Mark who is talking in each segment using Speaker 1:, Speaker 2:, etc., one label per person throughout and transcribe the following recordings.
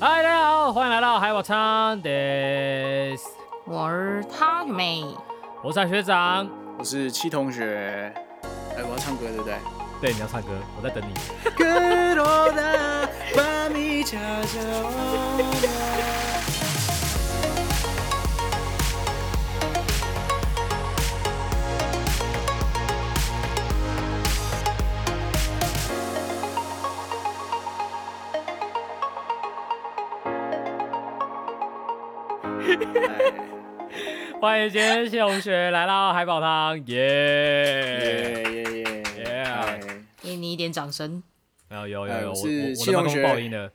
Speaker 1: 嗨，大家好，欢迎来到海我昌 d
Speaker 2: 我是汤学妹，
Speaker 1: 我是海学长。
Speaker 3: 我是七同学。哎、我要唱歌，对不对？
Speaker 1: 对，你要唱歌，我在等你。
Speaker 3: 格罗达巴米恰恰哦哎
Speaker 1: 欢迎今天谢同学来到海宝汤， 耶！
Speaker 3: 哎耶耶耶
Speaker 1: Yeah
Speaker 3: 哎
Speaker 2: 给你一点掌声。
Speaker 1: 有有有
Speaker 3: 哎
Speaker 1: 有，我
Speaker 3: 我
Speaker 1: 我
Speaker 3: 是
Speaker 1: 我
Speaker 3: 谢
Speaker 1: 的麦
Speaker 3: 同
Speaker 1: 克风
Speaker 3: 学
Speaker 1: 爆音了。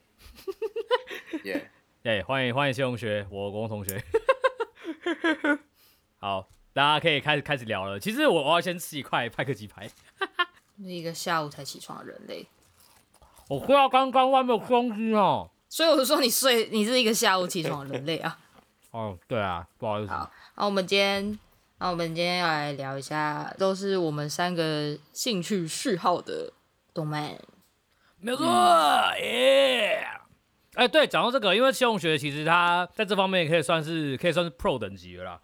Speaker 3: 耶！
Speaker 1: 哎，欢迎欢迎谢同学，我国中同学。 好，大家可以开始开始聊了。其实我我要先吃一块派克鸡排。
Speaker 2: 是一个下午才起床的人类，
Speaker 1: 我回到刚刚外面有吃东西哦。
Speaker 2: 所以我就说你睡，你是一个下午起床的人类啊。
Speaker 1: 哦，对啊，不好意思。
Speaker 2: 好，那我们今天，那我们今天要来聊一下，都是我们三个兴趣嗜好的动漫。
Speaker 1: 没有错，嗯耶、哎，对，讲到这个，因为谢同学其实他在这方面也可以算是可以算是 pro 等级了啦。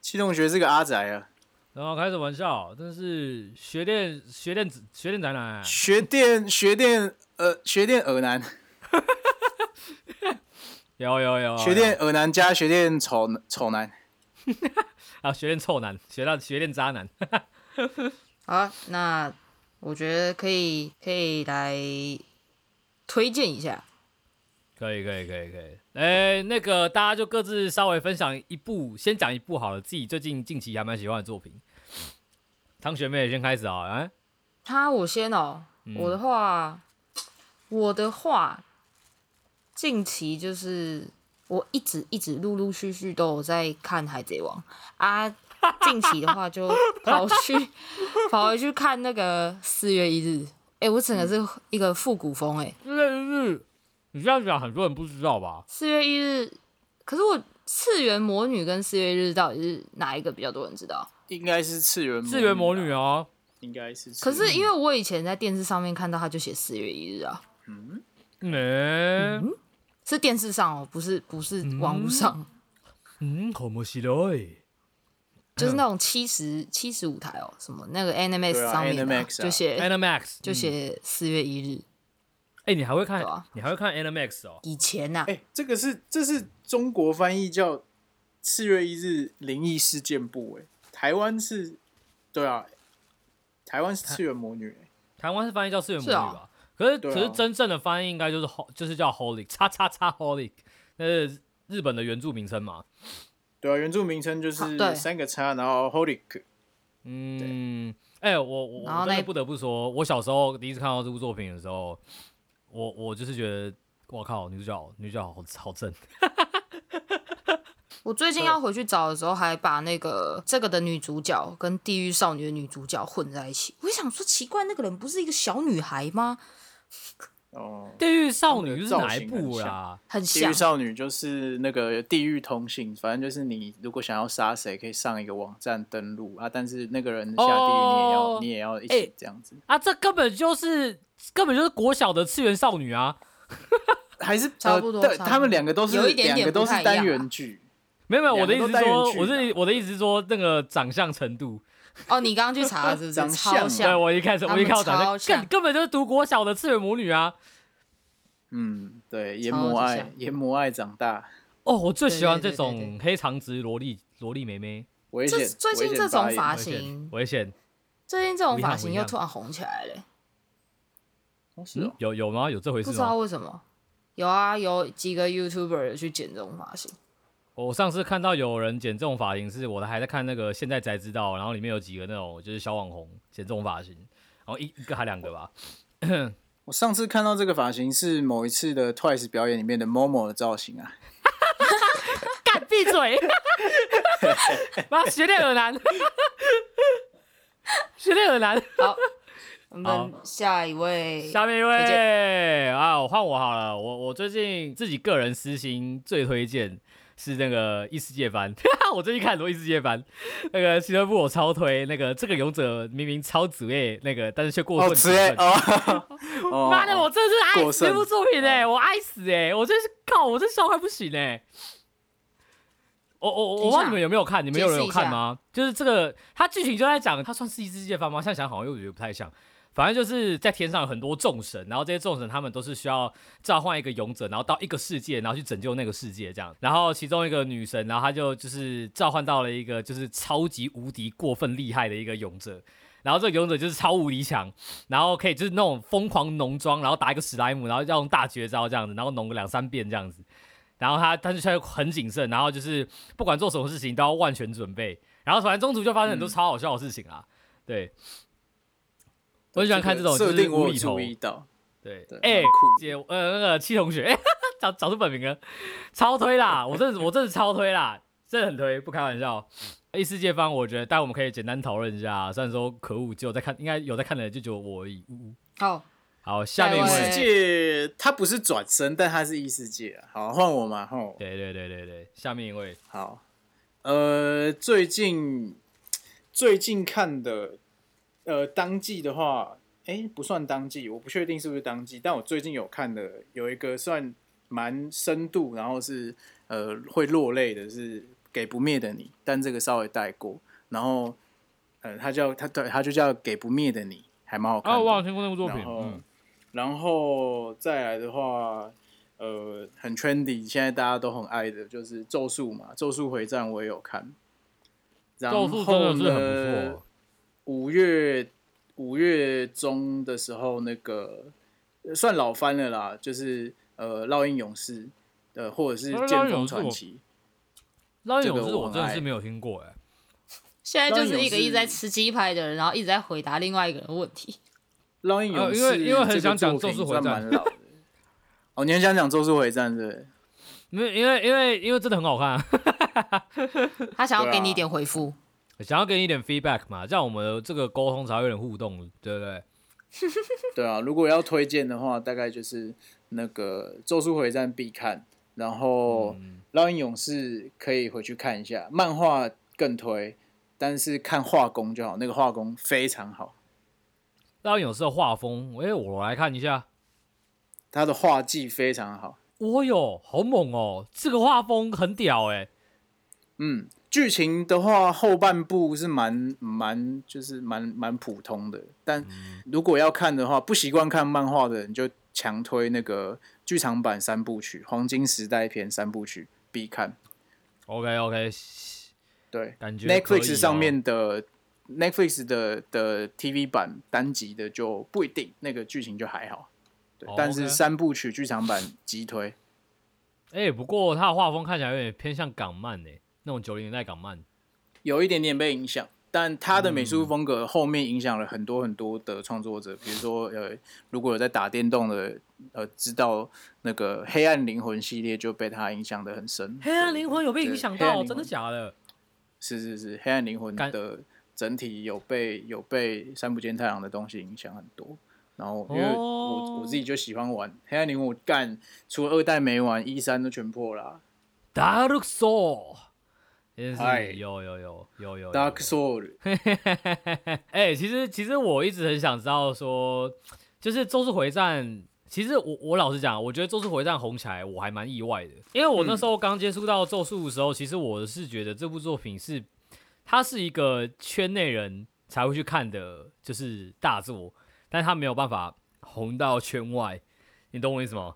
Speaker 3: 七同学是个阿宅啊，
Speaker 1: 然后开什么玩笑，真是学电学电子学电宅男、啊。
Speaker 3: 学电学电呃学电耳男，
Speaker 1: 有有有，
Speaker 3: 学电耳男加学电丑丑男。
Speaker 1: 啊，学电臭男，学到学电渣男。
Speaker 2: 好啊，那我觉得可以，可以来推荐一下。
Speaker 1: 可以可以可以可以，哎、那个大家就各自稍微分享一部，先讲一部好了，自己最近近期还蛮喜欢的作品。汤学妹先开始啊，哎、
Speaker 2: 他我先哦、我的话，我的话，近期就是我一直一直陆陆续续都有在看《海贼王》啊，近期的话就跑去跑回去看那个四月一日，哎、我整个是一个复古风哎、
Speaker 1: 这个就是你这样讲，很多人不知道吧？
Speaker 2: 四月一日，可是我次元魔女跟四月一日到底是哪一个比较多人知道？
Speaker 3: 应该是次元
Speaker 1: 次元魔女
Speaker 3: 啊，
Speaker 1: 哦、
Speaker 3: 应该是次
Speaker 2: 可
Speaker 3: 元。
Speaker 2: 是因为我以前在电视上面看到，他就写四月一日啊。
Speaker 1: ね
Speaker 2: 是电视上哦，不是不是网络上，
Speaker 1: 嗯，面白い。
Speaker 2: 就是那种七十七十五台哦，什么那个
Speaker 3: 嗯对
Speaker 2: NMX
Speaker 3: 啊
Speaker 2: 上面的啊、
Speaker 3: NMX 啊
Speaker 2: 就写
Speaker 1: Animax
Speaker 2: 就，写四月一日
Speaker 1: 哎，你还会看
Speaker 2: 对啊？
Speaker 1: 你还会看 Animax 哦？
Speaker 2: 以前呐、
Speaker 3: 哎、这个是这是中国翻译叫四月一日灵异事件簿、哎，台湾是，对啊，台湾是次元魔女、哎
Speaker 1: 台湾是翻译叫四元魔女
Speaker 2: 是哦
Speaker 1: 吧？可是
Speaker 3: 对
Speaker 1: 可
Speaker 3: 啊
Speaker 1: 是真正的翻译应该就是 ho- 就是叫 Holy 叉叉叉 Holy，那是日本的原著名称嘛？
Speaker 3: 对啊，原著名称就
Speaker 2: 啊
Speaker 3: 是
Speaker 2: 对
Speaker 3: 三个叉，然后 Holic，
Speaker 1: 嗯，哎，我我
Speaker 2: 然后
Speaker 1: 我真
Speaker 2: 那
Speaker 1: 的不得不说，我小时候第一次看到这部作品的时候，我我就是觉得，我靠，女主角女主角好好正，
Speaker 2: 我最
Speaker 3: 呃
Speaker 2: 近要回去找的时候，还把那个这个的女主角跟地狱少女的女主角混在一起，我就想说奇怪，那个人不是一个小女孩吗？
Speaker 3: 哦，
Speaker 1: 地狱少女是
Speaker 3: 造
Speaker 1: 哪一
Speaker 3: 型很
Speaker 1: 部
Speaker 3: 像
Speaker 1: 啦？
Speaker 2: 很
Speaker 3: 地
Speaker 2: 像
Speaker 3: 狱，少女就是那个地狱通信，反正就是你如果想要杀谁，可以上一个网站登录啊，但是那个人下地狱，你也要、
Speaker 1: 哦
Speaker 3: 你也要一
Speaker 1: 哎
Speaker 3: 起这样子，
Speaker 1: 啊，这根本就是根本就是国小的次元少女啊！
Speaker 3: 还是
Speaker 2: 差不多
Speaker 3: 呃、对，
Speaker 2: 差不多
Speaker 3: 他们两个都是
Speaker 2: 有一点点
Speaker 3: 两个都
Speaker 2: 不太
Speaker 3: 是
Speaker 2: 一样啊
Speaker 3: 单元剧。
Speaker 1: 没有没有，我的意
Speaker 3: 两
Speaker 1: 思
Speaker 3: 个都
Speaker 1: 是
Speaker 3: 单
Speaker 1: 说，
Speaker 3: 元剧
Speaker 1: 我
Speaker 3: 啦
Speaker 1: 是我的意思是说，那个长相程度，
Speaker 2: 哦，你刚刚去查了是不
Speaker 3: 长
Speaker 2: 是？
Speaker 3: 相啊
Speaker 2: 超
Speaker 1: 对
Speaker 2: 像，
Speaker 1: 我一开始
Speaker 2: 他
Speaker 1: 我
Speaker 2: 们
Speaker 1: 一看到
Speaker 2: 超
Speaker 1: 长相，
Speaker 2: 像
Speaker 1: 根根本就是读国小的次元母女啊！
Speaker 3: 嗯，对，研
Speaker 2: 超级
Speaker 3: 磨爱
Speaker 2: 像，
Speaker 3: 研磨爱长大，
Speaker 1: 哦，我最喜欢
Speaker 2: 对
Speaker 1: 这
Speaker 2: 对对对
Speaker 1: 种黑长直萝莉萝莉妹妹，
Speaker 3: 危
Speaker 2: 这
Speaker 3: 险，
Speaker 2: 最近
Speaker 3: 危险
Speaker 2: 这种
Speaker 3: 发言
Speaker 1: 危
Speaker 2: 发
Speaker 1: 险
Speaker 2: 型
Speaker 1: 危险，
Speaker 2: 最近这种
Speaker 1: 不一样
Speaker 2: 发
Speaker 1: 不
Speaker 2: 型
Speaker 1: 一
Speaker 2: 又
Speaker 1: 样
Speaker 2: 突然红起来了、
Speaker 3: 哦是哦，
Speaker 1: 有有吗？有这回
Speaker 2: 不
Speaker 1: 事
Speaker 2: 知道
Speaker 1: 吗？
Speaker 2: 为什么。有啊，有几个 YouTuber 有去剪这种发型，
Speaker 1: 我上次看到有人剪这种发型，是我还在看那个现在才知道，然后里面有几个那种就是小网红剪这种发型，然后一一个还两个吧，
Speaker 3: 我上次看到这个发型是某一次的 Twice 表演里面的 Momo 的造型啊，
Speaker 1: 干闭嘴！ 妈，学练耳 男，学练耳男。
Speaker 2: 好，我们下一位，
Speaker 1: 下面一
Speaker 2: 推
Speaker 1: 位啊，我换我好了。我我最近自己个人私心最推荐是那个异世界番， 我最近看很多异世界番，那个新闻部我超推，那个这个勇者明明超职业那个，但是却过
Speaker 3: 哦，
Speaker 1: 分
Speaker 3: 职
Speaker 1: 职
Speaker 3: 业
Speaker 1: 业
Speaker 3: 哦， 哦
Speaker 1: 妈的，我真的是爱
Speaker 3: 过哦
Speaker 1: 死
Speaker 3: 剩
Speaker 1: 这部作品哎、我爱死哎、我真是靠，我真笑快不行哎、我我我
Speaker 2: 等一下
Speaker 1: 忘了你们有没有看，你们有人有
Speaker 2: 解释一
Speaker 1: 看
Speaker 2: 下
Speaker 1: 吗？就是这个，它剧情就在讲，它算是异世界番吗？现在想好像又觉得不太像。反正就是在天上有很多众神，然后这些众神他们都是需要召唤一个勇者，然后到一个世界，然后去拯救那个世界这样。然后其中一个女神，然后她就就是召唤到了一个就是超级无敌过分厉害的一个勇者，然后这个勇者就是超无敌强，然后可以就是那种疯狂浓妆，然后打一个史莱姆，然后要用大绝招这样子，然后浓个两三遍这样子。然后他，但是却很谨慎，然后就是不管做什么事情都要万全准备。然后反正中途就发生很多超好笑的事情啊，对。我很喜欢看这种
Speaker 3: 个设
Speaker 1: 就是
Speaker 3: 定，
Speaker 1: 无
Speaker 3: 我有
Speaker 1: 厘头
Speaker 3: 注意到，
Speaker 1: 对
Speaker 3: 对，
Speaker 1: 哎、
Speaker 3: 蛮酷的
Speaker 1: 姐，呃，那个七同 学，找找出本名了，超推啦！我真的，我真的超推啦，真的很推，不开玩笑。异世界方，我觉得，但我们可以简单讨论一下。虽然说可恶，只有在看，应该有在看的人就只有我而已。呜呜
Speaker 2: 好，
Speaker 1: 好，下面一
Speaker 2: 对
Speaker 3: 异
Speaker 2: 下一
Speaker 3: 世
Speaker 1: 位，
Speaker 2: 位
Speaker 3: 界它不是转身，但它是异世界啊。好，换我嘛，换我。
Speaker 1: 对对对对对，下面一位，
Speaker 3: 好，呃，最近最近看的，呃，当季的话，哎、不算当季，我不确定是不是当季，但我最近有看的有一个算蛮深度，然后是呃会落泪的，是《给不灭的你》，但这个稍微带过，然后呃，它叫它对，它就叫《给不灭的你》，还蛮好看的。
Speaker 1: 听过那部嗯
Speaker 3: 然后，然后再来的话，呃，很 trendy，现在大家都很爱的就是《咒术》嘛，《咒术回战》我也有看。然后
Speaker 1: 咒术真的是很不
Speaker 3: 呢
Speaker 1: 错，
Speaker 3: 五月五月中的时候，那个呃算老番了啦，就是呃《烙印勇士》呃，或者是
Speaker 1: 可
Speaker 3: 《
Speaker 1: 是烙
Speaker 3: 剑
Speaker 1: 印勇
Speaker 3: 锋
Speaker 1: 士我
Speaker 3: 传奇》。
Speaker 1: 浪
Speaker 3: 这个
Speaker 1: 勇士
Speaker 3: 我
Speaker 1: 我真的
Speaker 3: 很
Speaker 1: 是
Speaker 3: 爱
Speaker 1: 没有听过哎、
Speaker 2: 现在就是一
Speaker 3: 当然有
Speaker 2: 个
Speaker 3: 是
Speaker 2: 一直在吃鸡排的人，然后一直在回答另外一个人的问题。
Speaker 3: 烙印勇士、
Speaker 1: 呃因为因为很想讲咒术回战
Speaker 3: 蛮老的。哦，你很想讲《咒术回战》对不对？
Speaker 1: 因为因为因为因为真的很好看、啊，
Speaker 2: 他想要
Speaker 3: 对啊
Speaker 2: 给你一点回复，
Speaker 1: 想要给你一点 feedback 嘛，这样我们这个沟通才会有点互动，对不对？
Speaker 3: 对啊，如果要推荐的话，大概就是那个《咒术回战》必看，然后《烙印勇士》可以回去看一下，漫画更推，但是看画工就好，那个画工非常好，
Speaker 1: 浪影勇士的画风，哎、我来看一下。
Speaker 3: 他的画技非常好。
Speaker 1: 我有，好猛哦！这个画风很屌哎、
Speaker 3: 嗯，剧情的话，后半部是蛮蛮就是蛮蛮普通的，但如果要看的话，不习惯看漫画的人就强推那个剧场版三部曲《黄金时代篇》三部曲必看。
Speaker 1: OK OK，
Speaker 3: 对，
Speaker 1: 感觉可以
Speaker 3: Netflix
Speaker 1: 哦
Speaker 3: 上面的 Netflix 的的 TV 版单集的就不一定，那个剧情就还好。对，
Speaker 1: 哦
Speaker 3: 但是
Speaker 1: OK
Speaker 3: 三部曲剧场版急推，
Speaker 1: 哎、不过他的画风看起来有点偏向港漫哎、那种九零年代港漫。
Speaker 3: 有一点点被影响，但他的美术风格后面影响了很多很多的创作者，比如说呃，如果有在打电动的，呃，知道那个《黑暗灵魂》系列就被他影响的很深。
Speaker 1: 黑暗灵魂有被影响
Speaker 3: 对黑暗
Speaker 1: 到，
Speaker 3: 灵魂
Speaker 1: 真的假的？
Speaker 3: 是是是，《黑暗灵魂
Speaker 1: 感》
Speaker 3: 的整体有被有被山不见太阳的东西影响很多。然后因为我、
Speaker 1: 哦
Speaker 3: 我自己就喜欢玩《黑暗灵魂》，我干除了二代没玩，一三都全破啦。
Speaker 1: Dark Soul，真
Speaker 3: 嗨
Speaker 1: 是有有有有有哦有
Speaker 3: Dark Soul，
Speaker 1: 哎、其实其实我一直很想知道说，就是《咒术回战》，其实我我老实讲，我觉得《咒术回战》红起来我还蛮意外的，因为我
Speaker 3: 嗯
Speaker 1: 那时候刚接触到咒术的时候，其实我是觉得这部作品是它是一个圈内人才会去看的，就是大作，但它没有办法红到圈外，你懂我意思吗？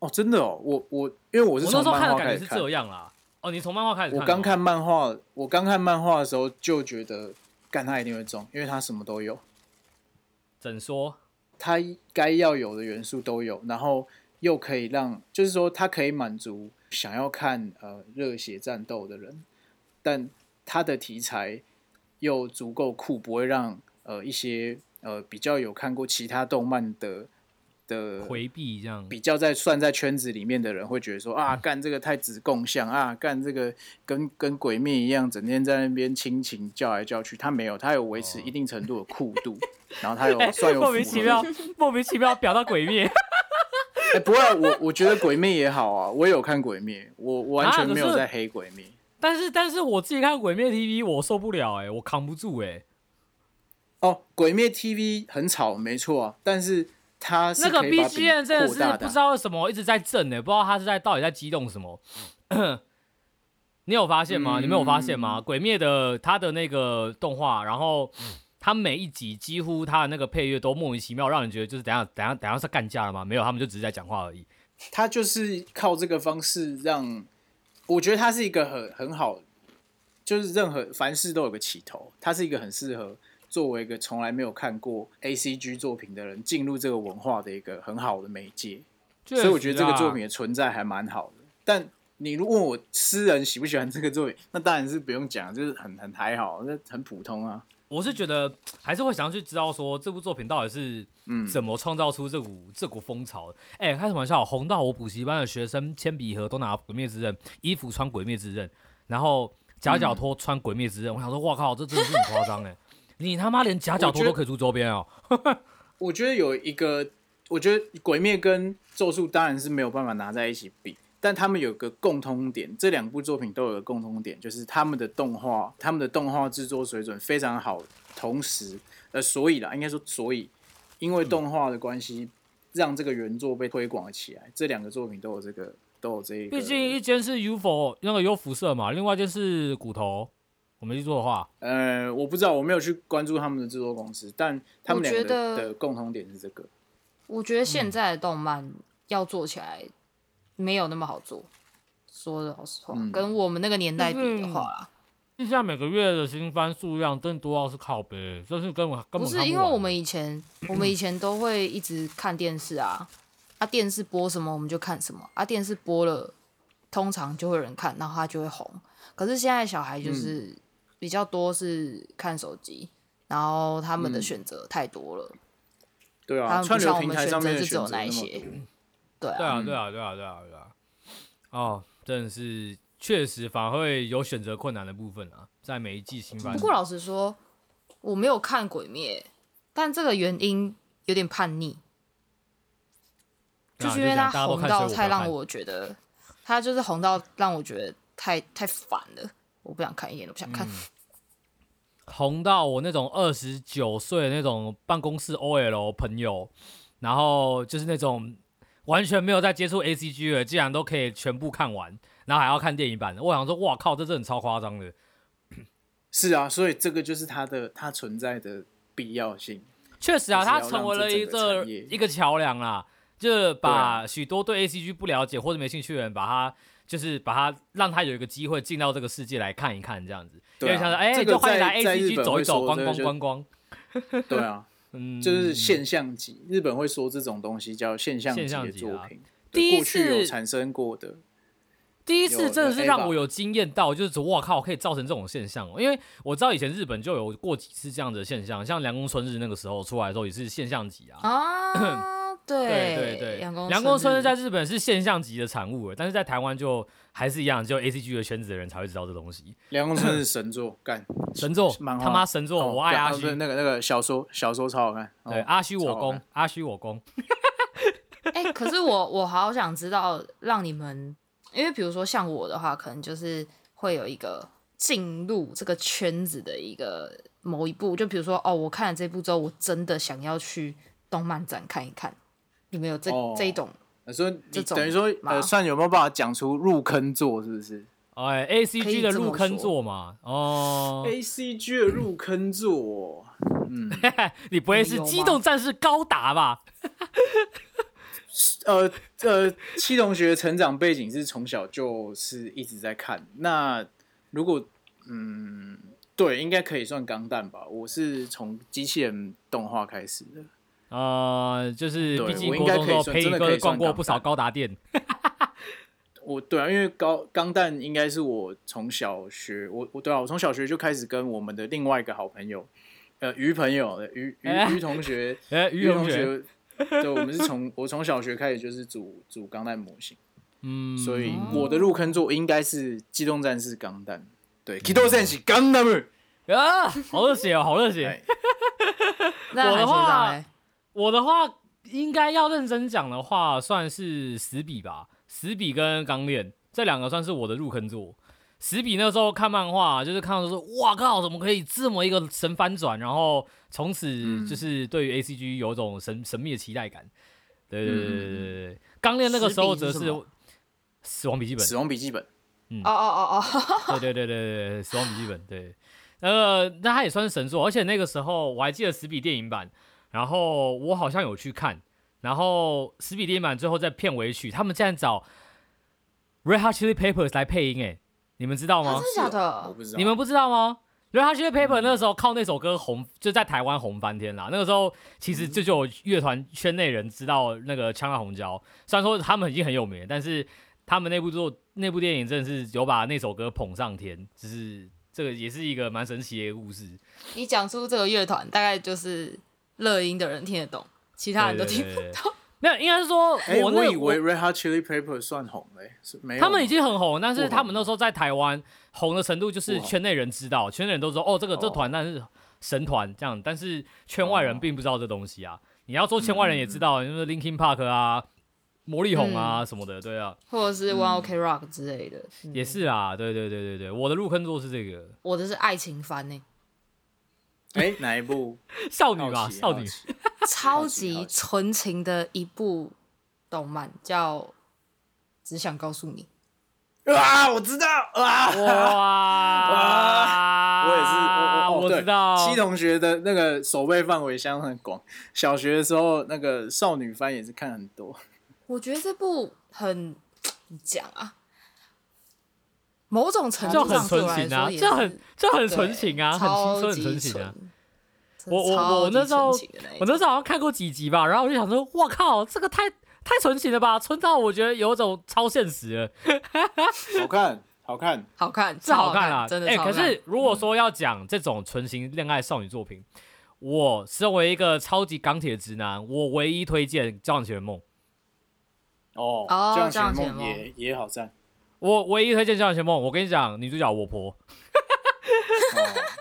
Speaker 3: 哦，真的哦，我我因为我
Speaker 1: 我
Speaker 3: 是
Speaker 1: 那
Speaker 3: 从
Speaker 1: 时候
Speaker 3: 漫
Speaker 1: 看的
Speaker 3: 画
Speaker 1: 感
Speaker 3: 开
Speaker 1: 觉
Speaker 3: 始
Speaker 1: 是
Speaker 3: 看，
Speaker 1: 这样啦。哦，你从漫画开始看的
Speaker 3: 我
Speaker 1: 吗？
Speaker 3: 刚看漫画，我刚看漫画的时候就觉得干他一定会中，因为他什么都有。
Speaker 1: 怎说？
Speaker 3: 它该要有的元素都有，然后又可以让，就是说它可以满足想要看呃热血战斗的人，但它的题材又足够酷，不会让呃一些呃比较有看过其他动漫的的
Speaker 1: 回避这样。
Speaker 3: 比较在算在圈子里面的人会觉得说啊，干这个太子共相啊，干这个跟跟鬼灭一样，整天在那边亲情叫来叫去。他没有，他有维持一定 程度的酷度，然后他有算有
Speaker 1: 哦哎莫
Speaker 3: 符
Speaker 1: 名
Speaker 3: 合
Speaker 1: 其妙，莫名其妙表到鬼灭。
Speaker 3: 哎、哎，不过我我觉得《鬼灭》也好啊，我也有看《鬼灭》，我我完
Speaker 1: 啊
Speaker 3: 全
Speaker 1: 可
Speaker 3: 没有
Speaker 1: 是
Speaker 3: 在黑《鬼灭》
Speaker 1: 但是但是我自己看《鬼灭 TV》，我受不了哎、我扛不住哎、
Speaker 3: 哦，《鬼灭 TV》很吵，没错啊，但是它是
Speaker 1: 那个
Speaker 3: 可以把饼
Speaker 1: BGM 真的是
Speaker 3: 扩大
Speaker 1: 不
Speaker 3: 的啊
Speaker 1: 知道为什么一直在震呢、欸不知道他是在到底在激动什么。你有发现吗？
Speaker 3: 嗯
Speaker 1: 你没有发现吗？鬼灭的它的那个动画，然后它每一集几乎它的那个配乐都莫名其妙，让人觉得就是等一下等一下等一下是干架了吗？没有，他们就只是在讲话而已。
Speaker 3: 他就是靠这个方式让，我觉得他是一个很很好，就是任何凡事都有个起头，他是一个很适合作为一个从来没有看过 A C G 作品的人进入这个文化的一个很好的媒介，
Speaker 1: 啊
Speaker 3: 所以我觉得这个作品的存在还蛮好的。但你如果问我私人喜不喜欢这个作品，那当然是不用讲，就是很很还好，那很普通啊。
Speaker 1: 我是觉得还是会想要去知道说这部作品到底是
Speaker 2: 嗯
Speaker 1: 怎么创造出这股、这股风潮的。哎、开什么玩笑？红到我补习班的学生铅笔盒都拿《鬼灭之刃》，衣服穿《鬼灭之刃》，然后夹
Speaker 2: 嗯
Speaker 1: 脚拖穿《鬼灭之刃》我想说，哇靠，这真的是很夸张哎！你他妈连夹脚拖
Speaker 3: 我觉得
Speaker 1: 都可以出周边哦、
Speaker 2: 呃
Speaker 3: 我觉得有一个，我觉得《鬼灭》跟《咒术》当然是没有办法拿在一起比，但他们有个共通点，这两部作品都有个共通点，就是他们的动画，他们的动画制作水准非常好，同时，呃，所以啦，应该说所以，因
Speaker 1: 嗯
Speaker 3: 为动画的关系，让这个原作被推广了起来，这两个作品都有这个，都有这一个，
Speaker 1: 毕竟一间是 UFO 那个有辐射嘛，另外一间是骨头。我没记错的
Speaker 2: 嗯
Speaker 1: 话，
Speaker 3: 呃，我不知道，我没有去关注他们的制作公司，但他们两个
Speaker 2: 我觉得
Speaker 3: 的的共同点是这个。
Speaker 2: 我觉得
Speaker 3: 嗯
Speaker 2: 现在的动漫要做起来没有那么好做，说老实话，
Speaker 3: 嗯
Speaker 2: 跟我们那个年代比的话啦，
Speaker 1: 现在每个月的新番数量更多要是靠背，这是根本根本
Speaker 2: 不是
Speaker 1: 看
Speaker 2: 因为
Speaker 1: 完
Speaker 2: 我们以前我们以前都会一直看电视啊，啊电视播什么我们就看什么，啊电视播了，通常就会有人看，然后他就会红。可是现在小孩
Speaker 3: 嗯
Speaker 2: 就是比较多是看手机，然后他们的
Speaker 3: 嗯
Speaker 2: 选择太多了，
Speaker 3: 对
Speaker 2: 他
Speaker 3: 啊，
Speaker 2: 们不
Speaker 3: 串流
Speaker 2: 像我
Speaker 3: 平
Speaker 2: 们
Speaker 3: 台
Speaker 2: 选
Speaker 3: 上
Speaker 2: 择
Speaker 3: 面的
Speaker 2: 就只
Speaker 3: 选
Speaker 2: 有
Speaker 3: 择
Speaker 2: 那一
Speaker 3: 么
Speaker 2: 些
Speaker 3: 多。
Speaker 2: 对
Speaker 1: 对
Speaker 2: 啊，
Speaker 1: 啊，对啊，对啊，对啊，对啊。哦，真的是确实反而会有选择困难的部分啊，在每一季新番。啊
Speaker 2: 不过老实说，我没有看《鬼灭》，但这个原因有点叛逆，
Speaker 1: 对啊
Speaker 2: 是因为
Speaker 1: 啊讲
Speaker 2: 它
Speaker 1: 大家都
Speaker 2: 红
Speaker 1: 看
Speaker 2: 到
Speaker 1: 所以
Speaker 2: 太
Speaker 1: 不要
Speaker 2: 让
Speaker 1: 看
Speaker 2: 我觉得，它就是红到让我觉得太太烦了，我不想看，一点都不想看。
Speaker 1: 红到我那种二十九岁的那种办公室 OL 朋友，然后就是那种完全没有在接触 ACG 的，竟然都可以全部看完，然后还要看电影版的。我想说，哇靠，这真的超夸张的。
Speaker 3: 是啊，所以这个就是它的它存在的必 要性。
Speaker 1: 确实啊，
Speaker 3: 就是要
Speaker 1: 它成为了一
Speaker 3: 让这整个
Speaker 1: 个
Speaker 3: 产业
Speaker 1: 一个桥梁啦，就是
Speaker 3: 对啊
Speaker 1: 把许多对 A C G 不了解或者没兴趣的人，把它就是把它让他有一个机会进到这个世界来看一看，这样子。
Speaker 3: 对啊
Speaker 1: 有点像是哎，
Speaker 3: 这个
Speaker 1: 就欢迎来
Speaker 3: 在
Speaker 1: A
Speaker 3: 在
Speaker 1: C
Speaker 3: 日
Speaker 1: G
Speaker 3: 本
Speaker 1: 走一
Speaker 3: 会
Speaker 1: 走，
Speaker 3: 说
Speaker 1: 观
Speaker 3: 这个
Speaker 1: 光
Speaker 3: 就
Speaker 1: 观光。
Speaker 3: 对啊，
Speaker 1: 嗯，
Speaker 3: 就是现象级，日本会说这种东西叫现象级
Speaker 1: 现象
Speaker 3: 的
Speaker 1: 级
Speaker 3: 作
Speaker 1: 啊
Speaker 3: 品。
Speaker 1: 第
Speaker 3: 对
Speaker 1: 一
Speaker 3: 过去有
Speaker 1: 次
Speaker 3: 产生过的，
Speaker 1: 第一次
Speaker 3: 有
Speaker 1: 真的
Speaker 3: 有
Speaker 1: 是
Speaker 3: A
Speaker 1: 让
Speaker 3: 吧
Speaker 1: 我有惊艳到，就是哇靠，可以造成这种现象、哦。因为我知道以前日本就有过几次这样子的现象，像凉宫春日那个时候出来的时候也是现象级啊。
Speaker 2: 啊，
Speaker 1: 对对对，
Speaker 2: 阳光
Speaker 1: 梁公
Speaker 2: 春
Speaker 1: 春
Speaker 2: 日
Speaker 1: 日在日本是现象级的产物了，欸但是在台湾就还是一样，只有 A C G 的圈子的人才会知道这东西。
Speaker 3: 梁公春是神作，干
Speaker 1: 神作，
Speaker 3: 漫画
Speaker 1: 他妈神作，
Speaker 3: 哦
Speaker 1: 我爱
Speaker 3: 干
Speaker 1: 阿
Speaker 3: 啊
Speaker 1: 虚
Speaker 3: 不。是那个那个小说，小说超好看。哦
Speaker 1: 对，啊阿虚我
Speaker 3: 超好
Speaker 1: 攻
Speaker 3: 看，
Speaker 1: 阿虚我攻。
Speaker 2: 哎、可是我我好想知道，让你们，因为比如说像我的话，可能就是会有一个进入这个圈子的一个某一步，就比如说哦，我看了这部之后，我真的想要去动漫展看一看。你们有这、
Speaker 3: 哦
Speaker 2: 这一种？
Speaker 3: 呃所以
Speaker 2: 这
Speaker 3: 你
Speaker 2: 种
Speaker 3: 等于说，
Speaker 2: 吗
Speaker 3: 呃，算有没有办法讲出入坑作是不是
Speaker 1: 哎，A C
Speaker 2: 可
Speaker 1: G
Speaker 2: 以
Speaker 1: 的
Speaker 2: 这么
Speaker 1: 入坑
Speaker 2: 说
Speaker 1: 作嘛，哦，
Speaker 3: ？A C G 的入坑作，嗯，
Speaker 1: 你不会是
Speaker 2: 有
Speaker 1: 机
Speaker 2: 吗
Speaker 1: 动战士高达吧？
Speaker 3: 呃呃，七同学成长背景是从小就是一直在看。那如果嗯，对，应该可以算钢弹吧。我是从机器人动画开始的。
Speaker 1: 呃，就是
Speaker 3: 对
Speaker 1: 毕竟
Speaker 3: 我应
Speaker 1: 国
Speaker 3: 该
Speaker 1: 中
Speaker 3: 可
Speaker 1: 时
Speaker 3: 以
Speaker 1: 候
Speaker 3: 算
Speaker 1: 陪
Speaker 3: 真
Speaker 1: 你
Speaker 3: 的
Speaker 1: 哥
Speaker 3: 可以
Speaker 1: 逛
Speaker 3: 算
Speaker 1: 过
Speaker 3: 港
Speaker 1: 不少
Speaker 3: 版
Speaker 1: 高达店，
Speaker 3: 我对啊，因为高钢弹应该是我从小学，我我对啊，我从小学就开始跟我们的另外一个好朋友，呃，于朋友，于于
Speaker 1: 哎
Speaker 3: 于同学，
Speaker 1: 哎，于同学，
Speaker 3: 学，对，我们是从我从小学开始就是组组钢弹模型。
Speaker 1: 嗯，
Speaker 3: 所以
Speaker 2: 哦
Speaker 3: 我的入坑作应该是《机动战士钢弹》，
Speaker 1: 嗯
Speaker 3: 对，《机动战士钢弹》。
Speaker 1: 啊，好热血哦，好热血
Speaker 3: 哎。
Speaker 2: 那
Speaker 1: 我的
Speaker 2: 韩学长
Speaker 1: 话
Speaker 2: 嘞
Speaker 1: 我的话，应该要认真讲的话，算是死笔吧。死笔跟钢炼这两个算是我的入坑作。死笔那时候看漫画，就是看到说，哇靠，怎么可以这么一个神翻转？然后从
Speaker 2: 嗯
Speaker 1: 此就是对于 A C G 有种神神秘的期待感。对对对对对对对，钢炼那个时候则
Speaker 2: 死笔
Speaker 1: 是
Speaker 2: 嗯是什
Speaker 1: 《
Speaker 2: 么
Speaker 1: 死亡笔记本》
Speaker 3: 死亡笔记本》
Speaker 2: 哦哦哦 哦，
Speaker 1: 对对对对对，对，死亡笔记本》对，呃，那他也算是神作，而且那个时候我还记得死笔电影版，然后我好像有去看，然后死笔电影版最后在片尾曲，他们竟然找 Red Hot Chili Peppers 来配音，哎，你们知道吗
Speaker 2: 真？的假
Speaker 3: 我
Speaker 2: 的？
Speaker 3: 不知道
Speaker 1: 你们不知道吗？Red Hot Chili Peppers 那个时候靠那首歌红，就在台湾红翻天啦。那个时候其实就就有乐团圈内人知道那个枪辣红椒，虽然说他们已经很有名了，但是他们那部作那部电影真的是有把那首歌捧上天，就是这个也是一个蛮神奇的一个故事。
Speaker 2: 你讲出这个乐团，大概就是乐音的人听得懂，其他人都听不
Speaker 1: 对对对
Speaker 2: 懂。
Speaker 1: 没有，应该是说
Speaker 3: 哎、
Speaker 1: 我那
Speaker 3: 我
Speaker 1: 个
Speaker 3: 以为 Red Hot Chili Peppers 算红嘞、是没有吗？
Speaker 1: 他们已经很红，但是
Speaker 3: 不红
Speaker 1: 他们那时候在台湾红的程度，就是
Speaker 3: 不红
Speaker 1: 圈内人知道，圈内人都说哦，这个这
Speaker 3: 哦
Speaker 1: 团但是神团这样，但是圈外人并不知道这东西
Speaker 3: 嗯
Speaker 1: 啊。你要说圈外人也知道，就是 Linkin Park 啊、魔力红啊什么的，对啊，
Speaker 3: 嗯
Speaker 2: 或者是 One OK Rock 之类的。嗯
Speaker 1: 也是啊，对对对对对，我的入坑作是这个
Speaker 2: 我的是爱情番呢、
Speaker 3: 哎、哪一 部？
Speaker 1: 少女
Speaker 3: 好
Speaker 1: 吧，
Speaker 3: 奇，
Speaker 1: 少
Speaker 3: 好
Speaker 1: 女
Speaker 3: 奇
Speaker 2: 超
Speaker 3: 好
Speaker 2: 级
Speaker 3: 奇
Speaker 2: 纯情的一部动漫，叫《只想告诉你》。
Speaker 3: 啊，我知道啊，
Speaker 1: 哇，
Speaker 3: 我也是，我我哦
Speaker 1: 啊我
Speaker 3: 对
Speaker 1: 知道，
Speaker 3: 七同学的那个手背范围相当广。小学的时候，那个少女番也是看很多。
Speaker 2: 我觉得这部很怎么讲啊，某种程
Speaker 1: 就
Speaker 2: 度
Speaker 1: 很
Speaker 2: 上对我来
Speaker 1: 纯情啊
Speaker 2: 说，也是
Speaker 1: 这很这很
Speaker 2: 对
Speaker 1: 纯情啊，很青
Speaker 2: 超
Speaker 1: 春很
Speaker 2: 级
Speaker 1: 纯情啊。
Speaker 2: 纯
Speaker 1: 我我我
Speaker 2: 超
Speaker 1: 那
Speaker 2: 级
Speaker 1: 时候
Speaker 2: 纯情的那一
Speaker 1: 我那时候好像看过几集吧，然后我就想说，哇靠，这个太太纯情了吧，纯到我觉得有种超现实了，
Speaker 3: 好看，好看，
Speaker 2: 好看，
Speaker 1: 这
Speaker 2: 超
Speaker 1: 好
Speaker 2: 看
Speaker 1: 看啊！
Speaker 2: 真的
Speaker 1: 哎、
Speaker 2: 超嗯好
Speaker 1: 可
Speaker 2: 看。
Speaker 1: 是如果说要讲这种纯情恋爱少女作品，我身为一个超级钢铁直男，我唯一推荐《交响情人梦》，
Speaker 3: 哦，
Speaker 2: 哦
Speaker 3: 这样
Speaker 2: 这样
Speaker 3: 学
Speaker 2: 学
Speaker 3: 梦
Speaker 2: 梦
Speaker 3: 也也 好赞。
Speaker 1: 我唯一推荐《交响情人梦》。我跟你讲，女主角我婆，
Speaker 3: 哦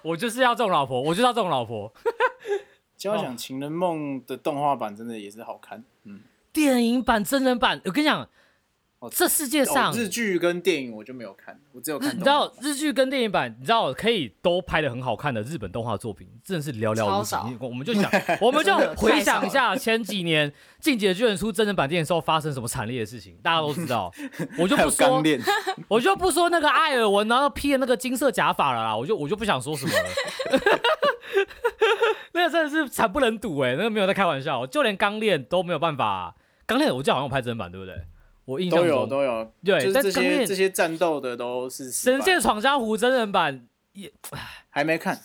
Speaker 1: 我就是要这种老婆，我就是要这种老 婆。
Speaker 3: 交响情人梦的动画版真的也是好看，嗯，
Speaker 1: 电影版、真人版，我跟你讲
Speaker 3: 哦，
Speaker 1: 这世界上、
Speaker 3: 哦日剧跟电影我就没有看，我只有看
Speaker 1: 你
Speaker 3: 动
Speaker 1: 知
Speaker 3: 画
Speaker 1: 道
Speaker 3: 版。
Speaker 1: 日剧跟电影版，你知道可以都拍的很好看的日本动画作品，真的是寥寥无
Speaker 2: 超
Speaker 1: 几
Speaker 2: 少。
Speaker 1: 我们就 想，我们就
Speaker 2: 真的
Speaker 1: 回想一下前几年《进击的巨人》出真人版电影的时候发生什么惨烈的事情，大家都知 道。我就
Speaker 3: 还
Speaker 1: 不
Speaker 3: 有钢
Speaker 1: 说，
Speaker 3: 炼，
Speaker 1: 我就不说那个艾尔文，然后披了那个金色假发了啦，我就我就不想说什么了。 那个真的是惨不忍睹哎、那个没有在开玩笑，就连钢炼都没有办法。钢炼我记得好像有拍真人版，对不对？我印象
Speaker 3: 都
Speaker 1: 中
Speaker 3: 有都有，
Speaker 1: 对
Speaker 3: 就是
Speaker 1: 但
Speaker 3: 这
Speaker 1: 钢
Speaker 3: 些
Speaker 1: 炼
Speaker 3: 这些战斗的都是
Speaker 1: 《
Speaker 3: 失败
Speaker 1: 神剑闯江湖》真人版
Speaker 3: 还没看，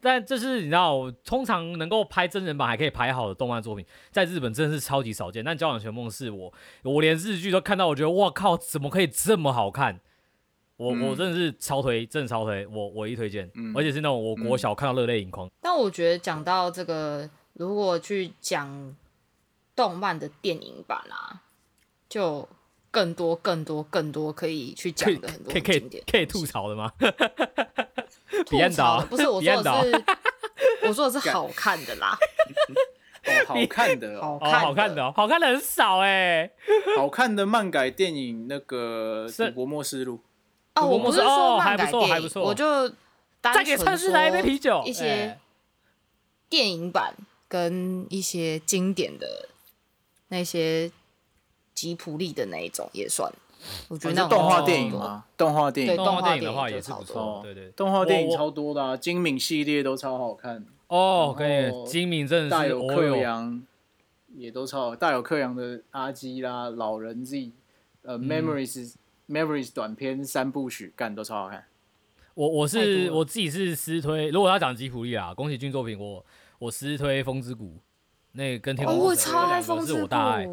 Speaker 1: 但就是你知道，通常能够拍真人版还可以拍好的动漫作品，在日本真的是超级少见。但《交响旋梦》是我，我连日剧都看到，我觉得哇靠，怎么可以这么好看？我、
Speaker 3: 嗯
Speaker 1: 我真的是超推，真的超推，我我一推荐，
Speaker 3: 嗯
Speaker 1: 而且是那种我国小看到热泪盈眶。
Speaker 2: 但我觉得讲到这个，如果去讲动漫的电影版啊，就更多、更多、更多可以去讲
Speaker 1: 可以
Speaker 2: 的很多
Speaker 1: 可以可
Speaker 2: 经
Speaker 1: 以
Speaker 2: 典。
Speaker 1: 可以吐槽的吗？
Speaker 2: 吐
Speaker 1: 彼岸岛
Speaker 2: 槽的不是我
Speaker 1: 彼岸
Speaker 2: 说的是，我说的是好看的 啦，
Speaker 3: 哦，好看的哦，
Speaker 2: 好
Speaker 1: 哦，
Speaker 2: 看的，
Speaker 1: 好看的、哦，好看的很少哎、
Speaker 3: 好看的漫改电影那个
Speaker 1: 是
Speaker 3: 《赌博默示录》，
Speaker 2: 哦，
Speaker 1: 古
Speaker 2: 我
Speaker 1: 魔
Speaker 2: 不是
Speaker 1: 是哦
Speaker 2: 说
Speaker 1: 还
Speaker 2: 漫
Speaker 1: 不
Speaker 2: 改
Speaker 1: 错还
Speaker 2: 电
Speaker 1: 不
Speaker 2: 影，
Speaker 1: 错
Speaker 2: 我就单
Speaker 1: 再给
Speaker 2: 纯
Speaker 1: 灿司来一杯
Speaker 2: 说
Speaker 1: 啤酒。
Speaker 2: 一
Speaker 1: 哎
Speaker 2: 些电影版跟一些经典的那些吉普力的那一种也算，我觉得
Speaker 3: 哦是
Speaker 2: 那种
Speaker 3: 动画
Speaker 2: 超
Speaker 3: 电影
Speaker 2: 多
Speaker 1: 哦
Speaker 3: 吗？动画电
Speaker 2: 对
Speaker 3: 影
Speaker 1: 动画
Speaker 2: 动画
Speaker 1: 电影的
Speaker 2: 电
Speaker 1: 话
Speaker 2: 影
Speaker 1: 也
Speaker 2: 就是
Speaker 1: 不
Speaker 2: 差不
Speaker 1: 错，
Speaker 3: 多
Speaker 1: 对对，
Speaker 3: 动画电影
Speaker 1: 我
Speaker 3: 超多的、啊，精敏系列都超好看，
Speaker 1: 哦，可
Speaker 3: 然
Speaker 1: 以，
Speaker 3: 后
Speaker 1: 金敏真的
Speaker 3: 大
Speaker 1: 是
Speaker 3: 有
Speaker 1: 哦
Speaker 3: 克
Speaker 1: 哟。
Speaker 3: 洋也都超好，大有克洋的阿基啦、老人 Z，呃、
Speaker 1: 嗯
Speaker 3: m e m o r i e s Memories 短片三部曲，干都超好看。
Speaker 1: 我我
Speaker 2: 太
Speaker 1: 是
Speaker 2: 多了
Speaker 1: 我自己是私推，如果要讲吉普力啊，宫崎骏作品我我私推《风之谷》，那个跟《天
Speaker 2: 哦，
Speaker 1: 空
Speaker 2: 我
Speaker 1: 之城》
Speaker 2: 超爱
Speaker 1: 这两
Speaker 2: 风
Speaker 1: 个
Speaker 2: 之
Speaker 1: 是
Speaker 2: 谷
Speaker 1: 我大爱。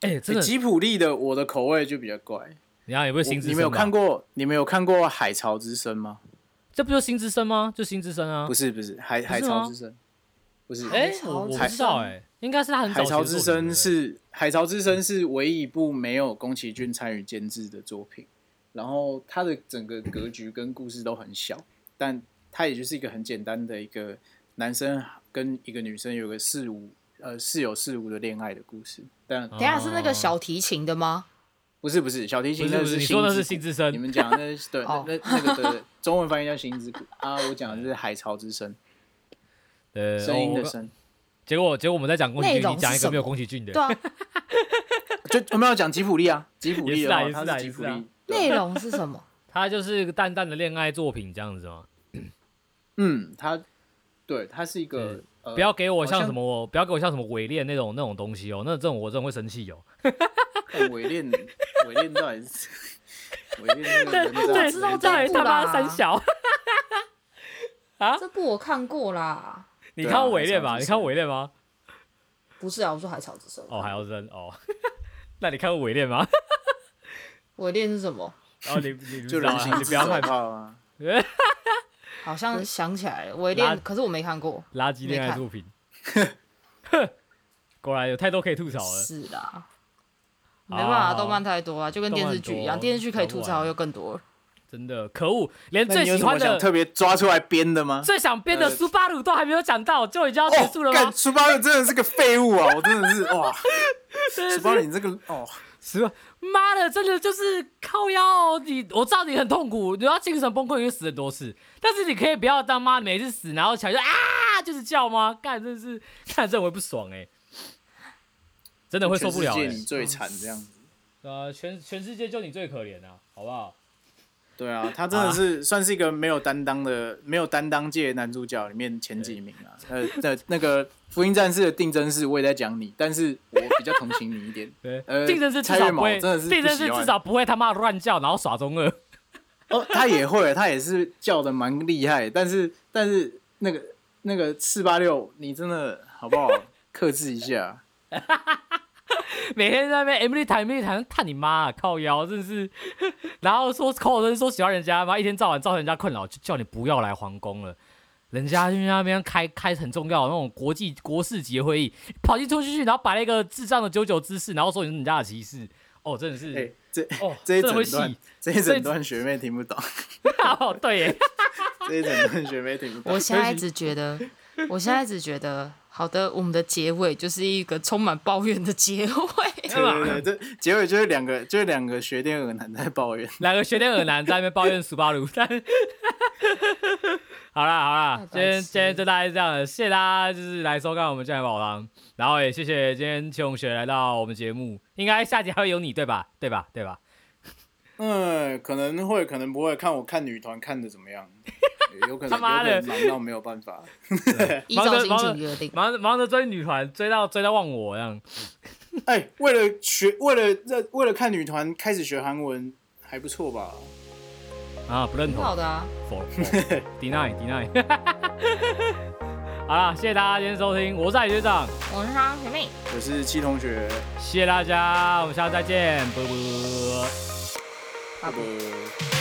Speaker 1: 哎、真的，
Speaker 3: 欸吉普力的我的口味就比较怪，
Speaker 1: 你看有没有
Speaker 3: 我
Speaker 1: 新之声？
Speaker 3: 你们有看？过你们有看过《海潮之声》吗？
Speaker 1: 这不就新之声吗？就新之声啊
Speaker 3: 不。是不是，海海潮之声，不是。
Speaker 1: 哎、
Speaker 2: 海
Speaker 1: 我我不
Speaker 2: 潮
Speaker 1: 知道
Speaker 2: 之
Speaker 1: 哎、应该是他很早
Speaker 3: 海
Speaker 1: 期的
Speaker 3: 潮
Speaker 1: 作品
Speaker 3: 之声
Speaker 1: 对不对
Speaker 3: 是《海潮之声》是唯一一部没有宫崎骏参与监制的作品，然后它的整个格局跟故事都很小，但它也就是一个很简单的一个男生跟一个女生有个四五呃似有似无的恋爱的故事，但
Speaker 1: 嗯
Speaker 2: 等一
Speaker 1: 啊
Speaker 2: 下是
Speaker 1: 哦
Speaker 2: 那个小提琴的吗？
Speaker 3: 不是不是小提
Speaker 1: 不
Speaker 3: 琴，
Speaker 1: 是
Speaker 3: 那
Speaker 1: 不是，你
Speaker 3: 心
Speaker 1: 说的
Speaker 3: 之
Speaker 1: 是
Speaker 3: 谷
Speaker 1: 心之
Speaker 3: 你
Speaker 1: 声，
Speaker 3: 们讲的 那是对那
Speaker 2: 哦
Speaker 3: 那那个的中文翻译叫心之谷啊，我讲的是海潮之声，
Speaker 1: 呃，
Speaker 3: 声音
Speaker 1: 我
Speaker 3: 的
Speaker 1: 我
Speaker 3: 声，
Speaker 1: 结果结果我们在讲宫崎
Speaker 2: 内
Speaker 1: 骏，
Speaker 2: 容
Speaker 1: 你讲一
Speaker 2: 是
Speaker 1: 个
Speaker 2: 什
Speaker 1: 没有
Speaker 2: 么
Speaker 1: 宫崎骏的，
Speaker 2: 对啊，
Speaker 3: 就我们要讲吉普力啊，吉普力
Speaker 1: 也是
Speaker 3: 的
Speaker 1: 啊
Speaker 3: 话，
Speaker 1: 也是啊
Speaker 3: 它
Speaker 1: 也
Speaker 3: 吉
Speaker 1: 是
Speaker 3: 普
Speaker 1: 啊
Speaker 3: 力，对
Speaker 2: 内容是什么？
Speaker 1: 它就是个淡淡的恋爱作品这样子嘛。
Speaker 3: 嗯，它对它是一个呃
Speaker 1: 嗯不要给我
Speaker 3: 好像
Speaker 1: 像什么，不要给我像什么伪恋那种那种东西哦，那这种我真的会生气哦。
Speaker 3: 看伪恋，伪恋到底是伪恋那 个人渣
Speaker 2: 对
Speaker 3: 之
Speaker 2: 知
Speaker 3: 类
Speaker 2: 道
Speaker 3: 的，
Speaker 2: 这
Speaker 1: 对
Speaker 2: 部
Speaker 1: 他妈
Speaker 2: 啦
Speaker 1: 三小，
Speaker 2: 这部我看过啦，
Speaker 1: 你
Speaker 3: 对啊
Speaker 1: 看过伪恋
Speaker 3: 还
Speaker 1: 吧？
Speaker 3: 有
Speaker 1: 你
Speaker 3: 什么
Speaker 1: 看过伪恋吗？
Speaker 2: 不是啊，我说海草之声。
Speaker 1: 哦，还要扔哦。 那你看过伪恋 吗？
Speaker 2: 伪恋是什么？
Speaker 1: 哦，你你不知
Speaker 3: 就
Speaker 1: 道
Speaker 3: 人
Speaker 1: 啊，
Speaker 3: 性
Speaker 1: 你不要看
Speaker 3: 害怕啊。
Speaker 2: 好像想起来了，伪
Speaker 1: 拉
Speaker 2: 恋，可是我没看过。
Speaker 1: 垃圾恋
Speaker 2: 没
Speaker 1: 爱
Speaker 2: 看
Speaker 1: 作 品。果然有太多可以吐槽了。
Speaker 2: 是啦，
Speaker 1: 好
Speaker 2: 没
Speaker 1: 啊
Speaker 2: 办
Speaker 1: 好
Speaker 2: 法，
Speaker 1: 啊
Speaker 2: 动漫太多啊，就跟电视剧
Speaker 1: 动
Speaker 2: 一
Speaker 1: 漫
Speaker 2: 样，
Speaker 1: 多啊
Speaker 2: 电视剧可以吐
Speaker 1: 讲不
Speaker 2: 槽
Speaker 1: 完
Speaker 2: 又更多 了。
Speaker 1: 真的可恶，连
Speaker 3: 那
Speaker 1: 最
Speaker 3: 你有
Speaker 1: 喜
Speaker 3: 什么
Speaker 1: 欢
Speaker 3: 想
Speaker 1: 的、
Speaker 3: 特别抓出来编的吗？
Speaker 1: 最想编的
Speaker 3: 呃
Speaker 1: 苏巴鲁都还没有讲到，就已经要结束了
Speaker 3: 哦，干
Speaker 1: 吗？
Speaker 3: 书包的真的是个废物啊！我真的是哇，书包你这个哦，
Speaker 1: 十万，妈的，真的就是靠腰哦！你我知道你很痛苦，你要精神崩溃，你会死很多次，但是你可以不要当妈每次死，然后起来就啊，就是叫吗？ 干，真的是看这我会不爽哎、真的会受不了、欸
Speaker 3: 全世界。你最惨这样子。
Speaker 1: 呃，全全世界就你最可怜啊，好不好？。
Speaker 3: 对啊，他真的是算是一个没有担当的、没有担当界男主角里面前几名啊。呃，那那个《福音战士》的定真是我也在讲你，但是我比较同情你一点
Speaker 1: 对，
Speaker 3: 呃
Speaker 1: 定真是至
Speaker 3: 蔡
Speaker 1: 少
Speaker 3: 月
Speaker 1: 不
Speaker 3: 毛
Speaker 1: 会，
Speaker 3: 真的是
Speaker 1: 定真
Speaker 3: 不喜
Speaker 1: 是
Speaker 3: 欢
Speaker 1: 至少不会他妈乱叫，然后耍中二。
Speaker 3: 哦，他也会，他也是叫的蛮厉害，但是但是那个那个四八六，你真的好不好克制一下？
Speaker 1: 每天在那边 Emily 谈 Emily 谈，探你妈、啊，靠腰，真的是。 然后说口人说喜欢人家，妈一天到晚造成人家困扰，就叫你不要来皇宫了。人家就在那边开开很重要的那种国际国事级会议，跑进出去，然后摆了一个智障的九九姿势，然后说你是人家的骑士，哦，真的是，
Speaker 3: 哎、这
Speaker 1: 哦，
Speaker 3: 这一
Speaker 1: 真的会
Speaker 3: 整
Speaker 1: 戏，
Speaker 3: 段，这一整段学妹听不懂，
Speaker 1: 哦，对耶，
Speaker 3: 这一整段学妹听不懂。
Speaker 2: 我现在只觉 得，我现在只觉得，好的，我们的结尾就是一个充满抱怨的结 尾。
Speaker 3: 对对对，这结尾就是两个，就是两个学电耳男在抱怨。
Speaker 1: 两个学点耳男在那边抱怨苏巴鲁，但 好啦好啦，今
Speaker 2: 太白痴
Speaker 1: 天今天就大概是这样了，谢谢大家就是来收看我们《酱油宝郎》，然后也谢谢今天邱同学来到我们节目，应该下集还会有你对吧？对吧？对吧？
Speaker 3: 嗯，可能会，可能不会，看我看女团看的怎么 样，有可能
Speaker 1: 他妈的
Speaker 3: 有可能忙到没有办法。
Speaker 2: 依照心情决定，
Speaker 1: 忙着忙着追女团，追到追到忘我这样，
Speaker 3: 哎、为了学，为了让，为了看女团开始学韩文，还不错吧？
Speaker 1: 啊，不认
Speaker 2: 挺
Speaker 1: 同
Speaker 2: 好的啊。
Speaker 1: 否否 deny deny，好啦，谢谢大家今天收听，我是海学长，
Speaker 2: 我是张学妹。
Speaker 3: 我是七同学，
Speaker 1: 谢谢大家，我们下次再见，啵啵。
Speaker 3: 拜拜